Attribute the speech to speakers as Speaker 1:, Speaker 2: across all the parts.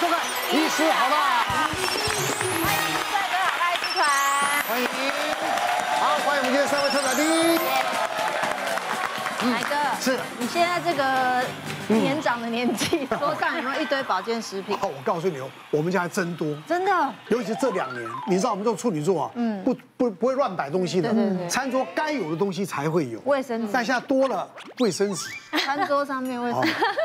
Speaker 1: 收看《医师好辣
Speaker 2: 欢迎帅哥好辣剧团》，，
Speaker 1: 欢迎，好，欢迎我们今天三位特派兵。
Speaker 2: 来哥，
Speaker 1: 是，
Speaker 2: 你现在这个年长的年纪，桌上有没有一堆保健食品？
Speaker 1: 哦，我告诉你哦，我们家还真多。
Speaker 2: 真的，
Speaker 1: 尤其这两年，你知道我们这种处女座啊，嗯，不不不会乱摆东西的，
Speaker 2: 对对对
Speaker 1: 餐桌该有的东西才会有。
Speaker 2: 卫生纸，
Speaker 1: 但现在多了卫生纸、
Speaker 2: 餐桌上面卫生
Speaker 1: 哦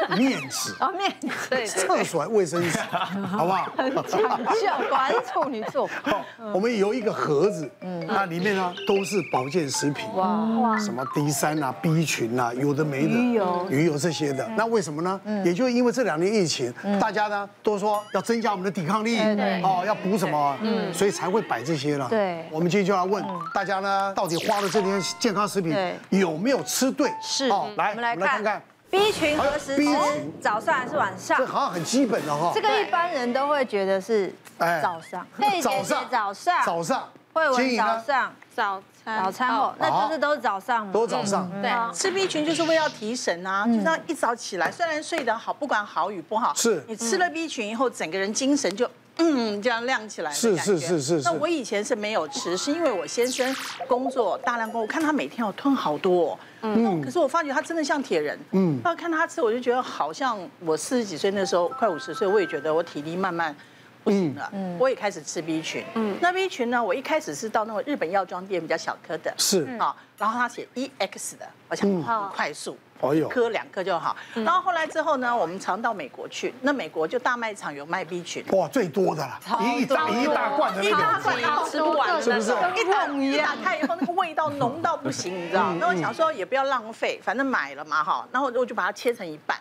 Speaker 2: 纸，、
Speaker 1: 面纸、
Speaker 2: 哦面纸，对
Speaker 1: 厕所卫生 纸，好不好？
Speaker 2: 讲究，果然是处女座。
Speaker 1: 好，我们有一个盒子，那里面呢都是保健食品，
Speaker 2: 哇，
Speaker 1: 什么 D 三啊、B 群啊，有的没的，
Speaker 2: 鱼油嗯
Speaker 1: 鱼油这些的。那为什么呢？也就因为这两年疫情，大家呢都说要增加我们的抵抗力，
Speaker 2: 对对嗯
Speaker 1: 哦，要补什么，所以才会摆这些了。
Speaker 2: 对嗯
Speaker 1: 我们今天就要问大家呢，到底花了这些健康食品
Speaker 2: 对
Speaker 1: 有没有吃对？
Speaker 2: 是
Speaker 1: 哦，来，
Speaker 2: 我们来
Speaker 1: 看
Speaker 2: 看
Speaker 1: 看，
Speaker 3: B 群何时
Speaker 1: 哎
Speaker 3: 吃
Speaker 1: 呦，B 群？
Speaker 3: 早上还是晚上
Speaker 1: 这？好像很基本的哈
Speaker 2: 这。个一般人都会觉得是
Speaker 1: 哎
Speaker 2: 早上，
Speaker 3: 佩姐姐早上，
Speaker 1: 早上，
Speaker 3: 慧
Speaker 1: 金
Speaker 3: 文
Speaker 1: 怡
Speaker 3: 早
Speaker 1: 呢
Speaker 3: 上，
Speaker 4: 早餐嗯
Speaker 2: 早
Speaker 5: 哦
Speaker 2: 餐后，那就是都是早上嘛。
Speaker 1: 都早上。
Speaker 4: 对，吃 B 群就是为了提神啊，
Speaker 1: 嗯
Speaker 4: 就是要一早起来，虽然睡得好，不管好与不好，
Speaker 1: 是
Speaker 4: 你吃了 B 群以后，整个人精神就。嗯，这样亮起来的
Speaker 1: 是
Speaker 4: 感
Speaker 1: 是
Speaker 4: 觉
Speaker 1: 是是是
Speaker 4: 那我以前是没有吃，是因为我先生工作大量工，我看他每天要吞好多、嗯，可是我发觉他真的像铁人。嗯，那看他吃，我就觉得好像我四十几岁那时候，快五十岁，我也觉得我体力慢慢不行了。我也开始吃 B 群。嗯，那 B 群呢，我一开始是到那种日本药妆店比较小颗的。
Speaker 1: 是
Speaker 4: 啊、然后他写 EX 的，我想很快速，
Speaker 1: 哦哟
Speaker 4: 一颗两颗就好。然后后来之后呢，我们常到美国去，那美国就大卖场有卖 B 群，
Speaker 1: 哇，最多的了，一一大一大罐的那
Speaker 4: 一大
Speaker 1: 个，
Speaker 4: 罐大吃不完，
Speaker 1: 是不是
Speaker 4: 一打一打开以后，那个味道浓到不行，你
Speaker 1: 嗯
Speaker 4: 知道？那我想说也不要浪费，反正买了嘛哈，然后我就把它切成一半。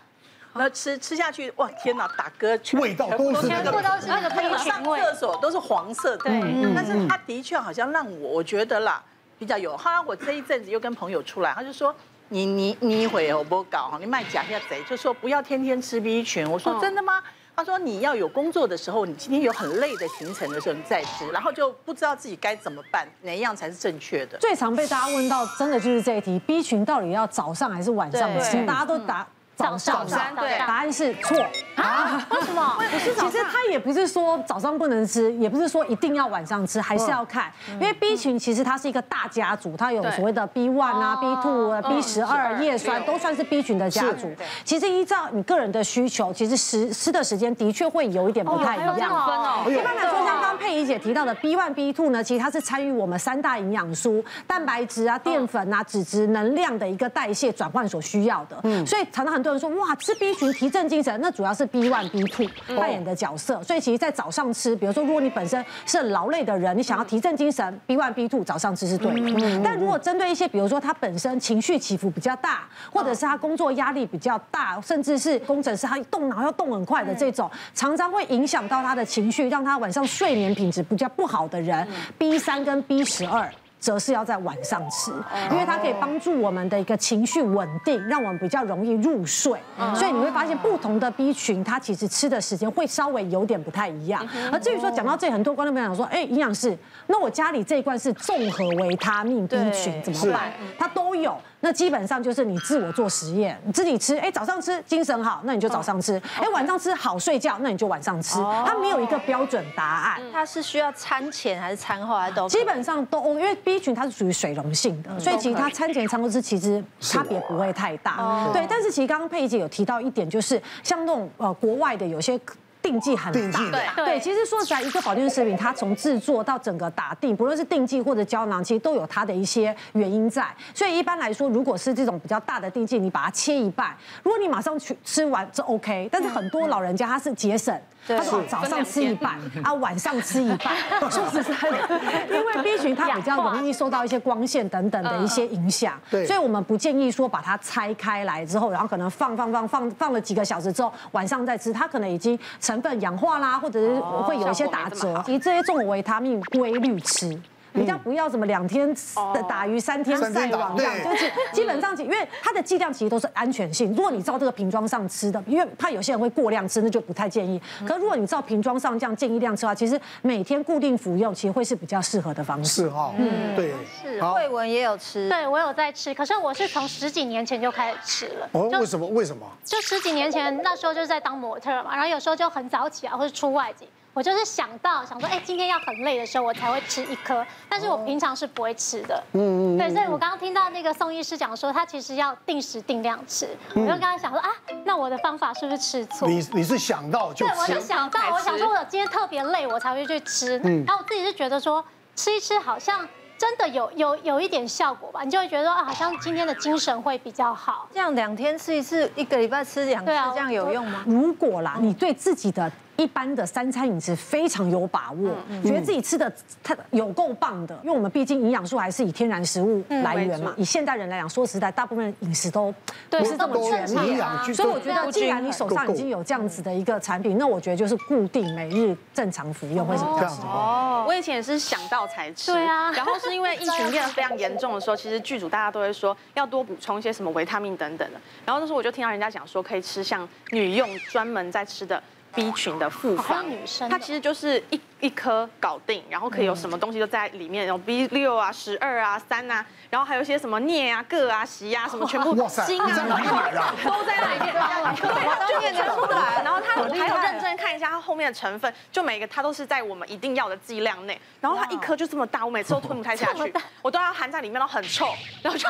Speaker 4: 然后吃吃下去，哇天哪，打嗝全
Speaker 1: 味道都是那
Speaker 4: 全部
Speaker 3: 全部
Speaker 1: 个
Speaker 4: 都
Speaker 3: 都是那 个
Speaker 4: 还有
Speaker 3: 冰淇淋
Speaker 4: 上
Speaker 3: 味
Speaker 4: 厕所都是黄色的，对，但是它的确好像让我我觉得啦比较有。后来我这一阵子又跟朋友出来，他就说。你你你一会我不搞哈，你卖假下贼，就说不要天天吃 B 群。我
Speaker 5: 哦
Speaker 4: 说真的吗？他说你要有工作的时候，你今天有很累的行程的时候，你再吃，然后就不知道自己该怎么办，哪一样才是正确的。
Speaker 6: 最常被大家问到，真的就是这一题：B 群到底要早上还是晚上
Speaker 2: 对
Speaker 6: 吃？大家都答早上，
Speaker 3: 上对
Speaker 6: 答案是错。啊
Speaker 2: 为什么？不是
Speaker 6: 其实它也不是说早上不能吃，也不是说一定要晚上吃，还是要看，因为 B 群其实它是一个大家族，它有所谓的 B one 啊、B two 啊、B 十二、叶酸都算是 B 群的家族。其实依照你个人的需求，其实食吃的时间的确会有一点不太一样。
Speaker 3: 哦
Speaker 6: 一般来说，像刚刚佩仪姐提到的 B one、B two 呢，其实它是参与我们三大营养素、蛋白质啊、淀粉啊、脂质、能量的一个代谢转换所需要的。所以常常很多人说，哇，吃 B 群提振精神，那主要是 B one、B two 扮演的角色。所以其实，在早上吃，比如说，如果你本身是很劳累的人，你想要提振精神，B one、B two 早上吃是对的。但如果针对一些，比如说他本身情绪起伏比较大，或者是他工作压力比较大，甚至是工程师他动脑要动很快的这种，常常会影响到他的情绪，让他晚上睡眠品质比较不好的人，B 三跟 B 十二。则是要在晚上吃，因为它可以帮助我们的一个情绪稳定，让我们比较容易入睡。所以你会发现，不同的 B 群，它其实吃的时间会稍微有点不太一样。而至于说讲到这里，很多观众朋友讲说，哎，营养师，那我家里这一罐是综合维他命 B 群，怎么办？它都有。那基本上就是你自我做实验，你自己吃，哎，早上吃精神好，那你就早上吃；哎，晚上吃好睡觉，那你就晚上吃。它没有一个标准答案。
Speaker 3: 它是需要餐前还是餐后还是都？
Speaker 6: 基本上都，因为 B 群它是属于水溶性
Speaker 1: 嗯
Speaker 6: 的，所以其实它餐前餐后吃其实差别不会太
Speaker 1: 哦
Speaker 6: 大。对，但是其实刚刚佩姐有提到一点，就是像那种呃国外的有些。定剂很
Speaker 1: 定
Speaker 6: 大
Speaker 1: 剂的
Speaker 3: 对
Speaker 6: 对，其实说实在，一个保健食品，它从制作到整个打定，不论是定剂或者胶囊，其实都有它的一些原因在。所以一般来说，如果是这种比较大的定剂，你把它切一半，如果你马上去吃完，这 OK。但是很多老人家他是节省，
Speaker 3: 对
Speaker 6: 他说
Speaker 3: 是
Speaker 6: 早上吃一半啊，晚上吃一半。说实在的，因为 B 群它比较容易受到一些光线等等的一些影响，
Speaker 1: 对
Speaker 6: 所以我们不建议说把它拆开来之后，然后可能放放放放放了几个小时之后，晚上再吃，它可能已经成分氧化啦，或者是会有一些打折。其实这些重维他命规律吃。比较不要什么两天的打鱼三天
Speaker 1: 三天
Speaker 6: 晒
Speaker 1: 打
Speaker 6: 网这样，
Speaker 1: 对
Speaker 6: 就是 基本上，因为它的剂量其实都是安全性。如果你照这个瓶装上吃的，因为怕有些人会过量吃，那就不太建议。可如果你照瓶装上这样建议量吃的话，其实每天固定服用，其实会是比较适合的方式。
Speaker 1: 是哈，嗯，对，
Speaker 2: 是
Speaker 1: 好
Speaker 3: 慧文也有吃，
Speaker 7: 对我有在吃，可是我是从十几年前就开始吃了。
Speaker 1: 哦，
Speaker 7: 就
Speaker 1: 为什么？为什么？
Speaker 7: 就十几年前那时候就是在当模特嘛，然后有时候就很早起来啊或者出外景，我就是想到想说，哎、今天要很累的时候我才会吃一颗，但是我平常是不会吃的。嗯嗯。对，所以我刚刚听到那个宋医师讲说，他其实要定时定量吃，我就刚刚想说啊，那我的方法是不是吃错？
Speaker 1: 你你是想到就
Speaker 7: 对，我
Speaker 1: 吃
Speaker 7: 就，想到，我想说我今天特别累，我才会去吃。
Speaker 1: 嗯
Speaker 7: 然后我自己是觉得说，吃一吃好像真的有有有一点效果吧，你就会觉得说啊，好像今天的精神会比较好。
Speaker 3: 这样两天吃一次，一个礼拜吃两次，
Speaker 7: 对啊
Speaker 3: 这样有用吗？
Speaker 6: 如果啦，你对自己的一般的三餐饮食非常有把握，觉得自己吃的它有够棒的，因为我们毕竟营养素还是以天然食物来源嘛。以现代人来讲，说实在，大部分饮食都
Speaker 7: 对
Speaker 6: 不是这么
Speaker 7: 都
Speaker 6: 全
Speaker 7: 正
Speaker 6: 面
Speaker 7: 常
Speaker 1: 营
Speaker 7: 啊
Speaker 1: 养去，
Speaker 6: 所以我觉
Speaker 7: 不
Speaker 6: 得，既
Speaker 7: 均
Speaker 6: 然你手上已经有这样子的一个产品，那我觉得就是固定每日正常服用会是比
Speaker 1: 这
Speaker 6: 较
Speaker 1: 样子哦，
Speaker 5: 我以前也是想到才吃，
Speaker 7: 对 啊
Speaker 5: 然后是因为疫情变得非常严重的时候，其实剧组大家都会说要多补充一些什么维他命等等的。然后那时候我就听到人家讲说，可以吃像女用专门在吃的 B 群的复
Speaker 7: 好
Speaker 5: 方
Speaker 7: 像，女生的
Speaker 5: 它其实就是一一颗搞定，然后可以有什么东西都在里面，有 B 六啊、十二啊、三啊，然后还有一些什么镍啊、铬啊、硒啊，什么全部
Speaker 1: 哇塞，你
Speaker 5: 锌啊，
Speaker 1: 在哪里买的啊？
Speaker 5: 都在那里面，对，就
Speaker 3: 念
Speaker 5: 念
Speaker 3: 得
Speaker 5: 得
Speaker 3: 出
Speaker 5: 出
Speaker 3: 来
Speaker 5: 来。然后它我还有
Speaker 3: 害
Speaker 5: 认真看一下它后面的成分，就每个它都是在我们一定要的剂量内。然后它一颗就这么大，我每次都吞不太下去， 我都要含在里面，然后很臭，然后就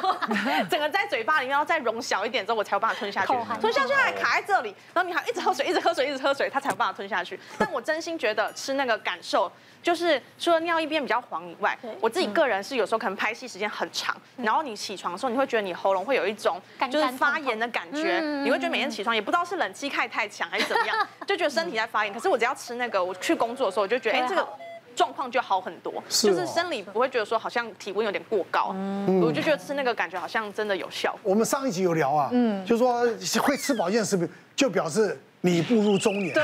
Speaker 5: 整个在嘴巴里面，然后再溶小一点之后，我才有办法吞下去
Speaker 7: 口含。
Speaker 5: 吞下去还卡在这里，然后你还一直喝水，一直喝水，一直喝水，它才有办法吞下 去。但我真心觉得吃那个感受。就是除了尿液变比较黄以外，我自己
Speaker 7: 嗯
Speaker 5: 个人是有时候可能拍戏时间很长，然后你起床的时候，你会觉得你喉咙会有一种
Speaker 7: 干
Speaker 5: 就是
Speaker 7: 干
Speaker 5: 发
Speaker 7: 痛痛
Speaker 5: 炎的感觉，你会觉得每天起床也不知道是冷气开太强还是怎么 样，就觉得身体在发炎。可是我只要吃那个，我去工作的时候，我就觉得哎
Speaker 7: 对
Speaker 5: 这个
Speaker 7: 好。状
Speaker 5: 状况就好很多，
Speaker 1: 是
Speaker 5: 就是
Speaker 1: 哦嗯
Speaker 5: 生理不会觉得说好像体温有点过高，我就觉得吃那个感觉好像真的有效。
Speaker 1: 我们上一集有聊啊，嗯，就说会吃保健食品，就表示你步入中年，对，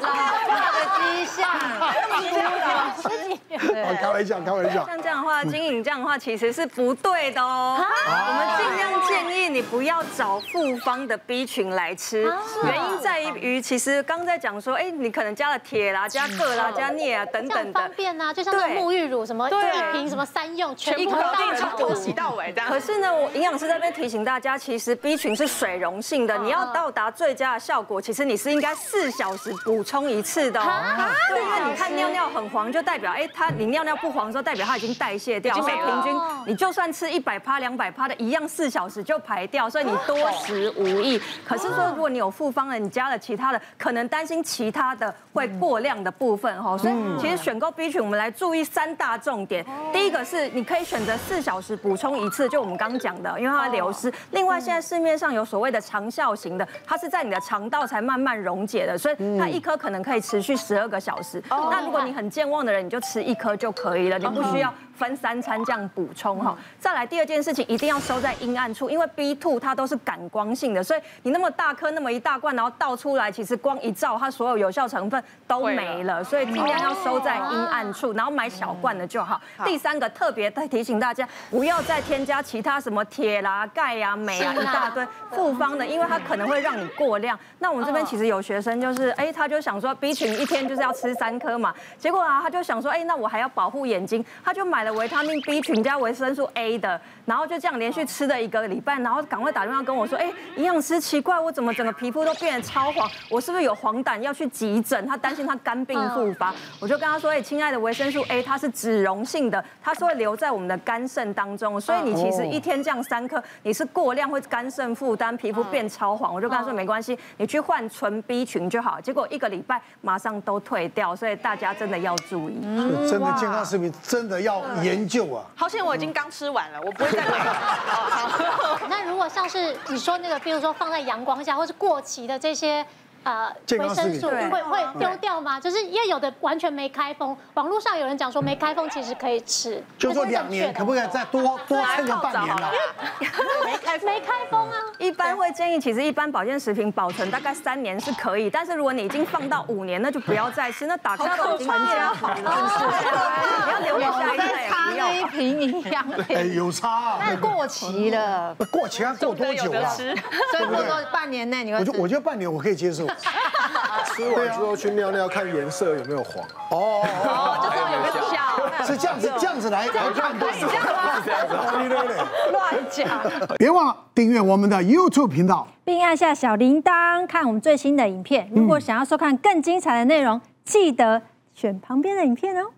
Speaker 3: 老化的迹 象。
Speaker 1: 哦开玩笑，开玩笑，
Speaker 3: 像这样的话，经营这样的话其实是不对的哦。
Speaker 7: 啊
Speaker 3: 我们尽量建议你不要找复方的 B 群来吃，
Speaker 7: 啊
Speaker 3: 原因在于其实刚在讲说，哎，你可能加了铁啦、加铬啦、加镍啊等
Speaker 7: 这样
Speaker 3: 等
Speaker 7: 方
Speaker 3: 的。
Speaker 7: 便啊，嗯就像那个
Speaker 3: 对
Speaker 7: 沐浴乳什么
Speaker 5: 对啊
Speaker 7: 一瓶什么三用，全
Speaker 5: 一
Speaker 7: 部
Speaker 5: 口
Speaker 7: 都
Speaker 5: 定
Speaker 7: 到
Speaker 5: 从头洗到尾这样
Speaker 8: 可。是呢，我营养师在这边提醒大家，其实 B 群是水溶性
Speaker 7: 啊
Speaker 8: 的，你要到达最佳的效果，其实你是应该四小时补充一次的、
Speaker 7: 啊
Speaker 8: 哦。对，因为你看尿尿很黄，就代表哎，它你尿尿不黄的时候，代表它已经代谢掉，所以平均你就算吃一百趴、两百趴的，一样四小时就排掉，所以你多食无益。可是说，如果你有复方的，你加了其他的，可能担心其他的会过量的部分哦。所以其实选购 B 群，我们来注意三大重点。第一个是你可以选择四小时补充一次，就我们刚讲的，因为它会流失。另外，现在市面上有所谓的长效型的，它是在你的肠道才慢慢溶解的，所以它一颗可能可以持续十二个小时。那如果你很健忘的人，你就吃一颗就可以了，你不需要分三餐这样补充哈。再来第二件事情，一定要收在阴暗处，因为 B two 它都是感光性的，所以你那么大颗那么一大罐，然后倒出来，其实光一照，它所有有效成分都没了，所以尽量要收在阴暗处，然后买小罐的就好。第三个特别再提醒大家，不要再添加其他什么铁啦、钙呀、镁啊一大堆复方的，因为它可能会让你过量。那我们这边其实有学生就是，哎，他就想说 B 群一天就是要吃三颗嘛，结果啊，他就想说，哎，那我还要保护眼睛，他就买了维他命 B 群加维生素 A 的，然后就这样连续吃了一个礼拜，然后赶快打电话跟我说，哎，营养师奇怪，我怎么整个皮肤都变得超黄，我是不是有黄疸要去急诊？他担心他肝病复发，我就跟他说，哎，亲爱的，维生素 A 它是脂溶性的，它是会留在我们的肝肾当中，所以你其实一天这样三颗，你是过量会肝肾负担，皮肤变超黄。我就跟他说没关系，你去换纯 B 群就好。结果一个礼拜马上都退掉，所以大家真的要注意。
Speaker 1: 真的健康食品真的要研究啊，
Speaker 5: 好险我已经刚吃完了，我不会再买了。 哦好
Speaker 7: 那如果像是你说那个，比如说放在阳光下或是过期的这些呃
Speaker 1: 健
Speaker 7: 维
Speaker 1: 康食
Speaker 7: 生
Speaker 1: 品嗯
Speaker 7: 素
Speaker 1: 对
Speaker 7: 会会丢掉吗？就是因为有的完全没开封，网络上有人讲说没开封其实可以吃，
Speaker 1: 就说两年可不可以再多多撑个半年呢、啊
Speaker 7: 没开没开封啊？
Speaker 8: 一般会建议，其实一般保健食品保存大概三年是可以，但是如果你已经放到五年，那就不要再吃，那打消都已经传家好了，啊不要留给下一代，啊不要。
Speaker 9: 一瓶营养
Speaker 1: 哎，
Speaker 9: 品，
Speaker 1: 有差、啊
Speaker 9: 但。过期了，
Speaker 1: 不过期要过多久啊？
Speaker 9: 所以过多半年内你
Speaker 1: 我
Speaker 9: 会
Speaker 1: 就我觉得半年我可以接受。
Speaker 10: 吃完之后去尿尿看颜色有没有黄啊？
Speaker 1: 哦，
Speaker 5: 就知道有没有效。
Speaker 1: 是这样子，这样子来来判断的。
Speaker 9: 乱讲。
Speaker 1: 别忘了订阅我们的 YouTube 频道。
Speaker 2: 并按下小铃铛看我们最新的影片。如果想要收看更精彩的内容，记得选旁边的影片哦。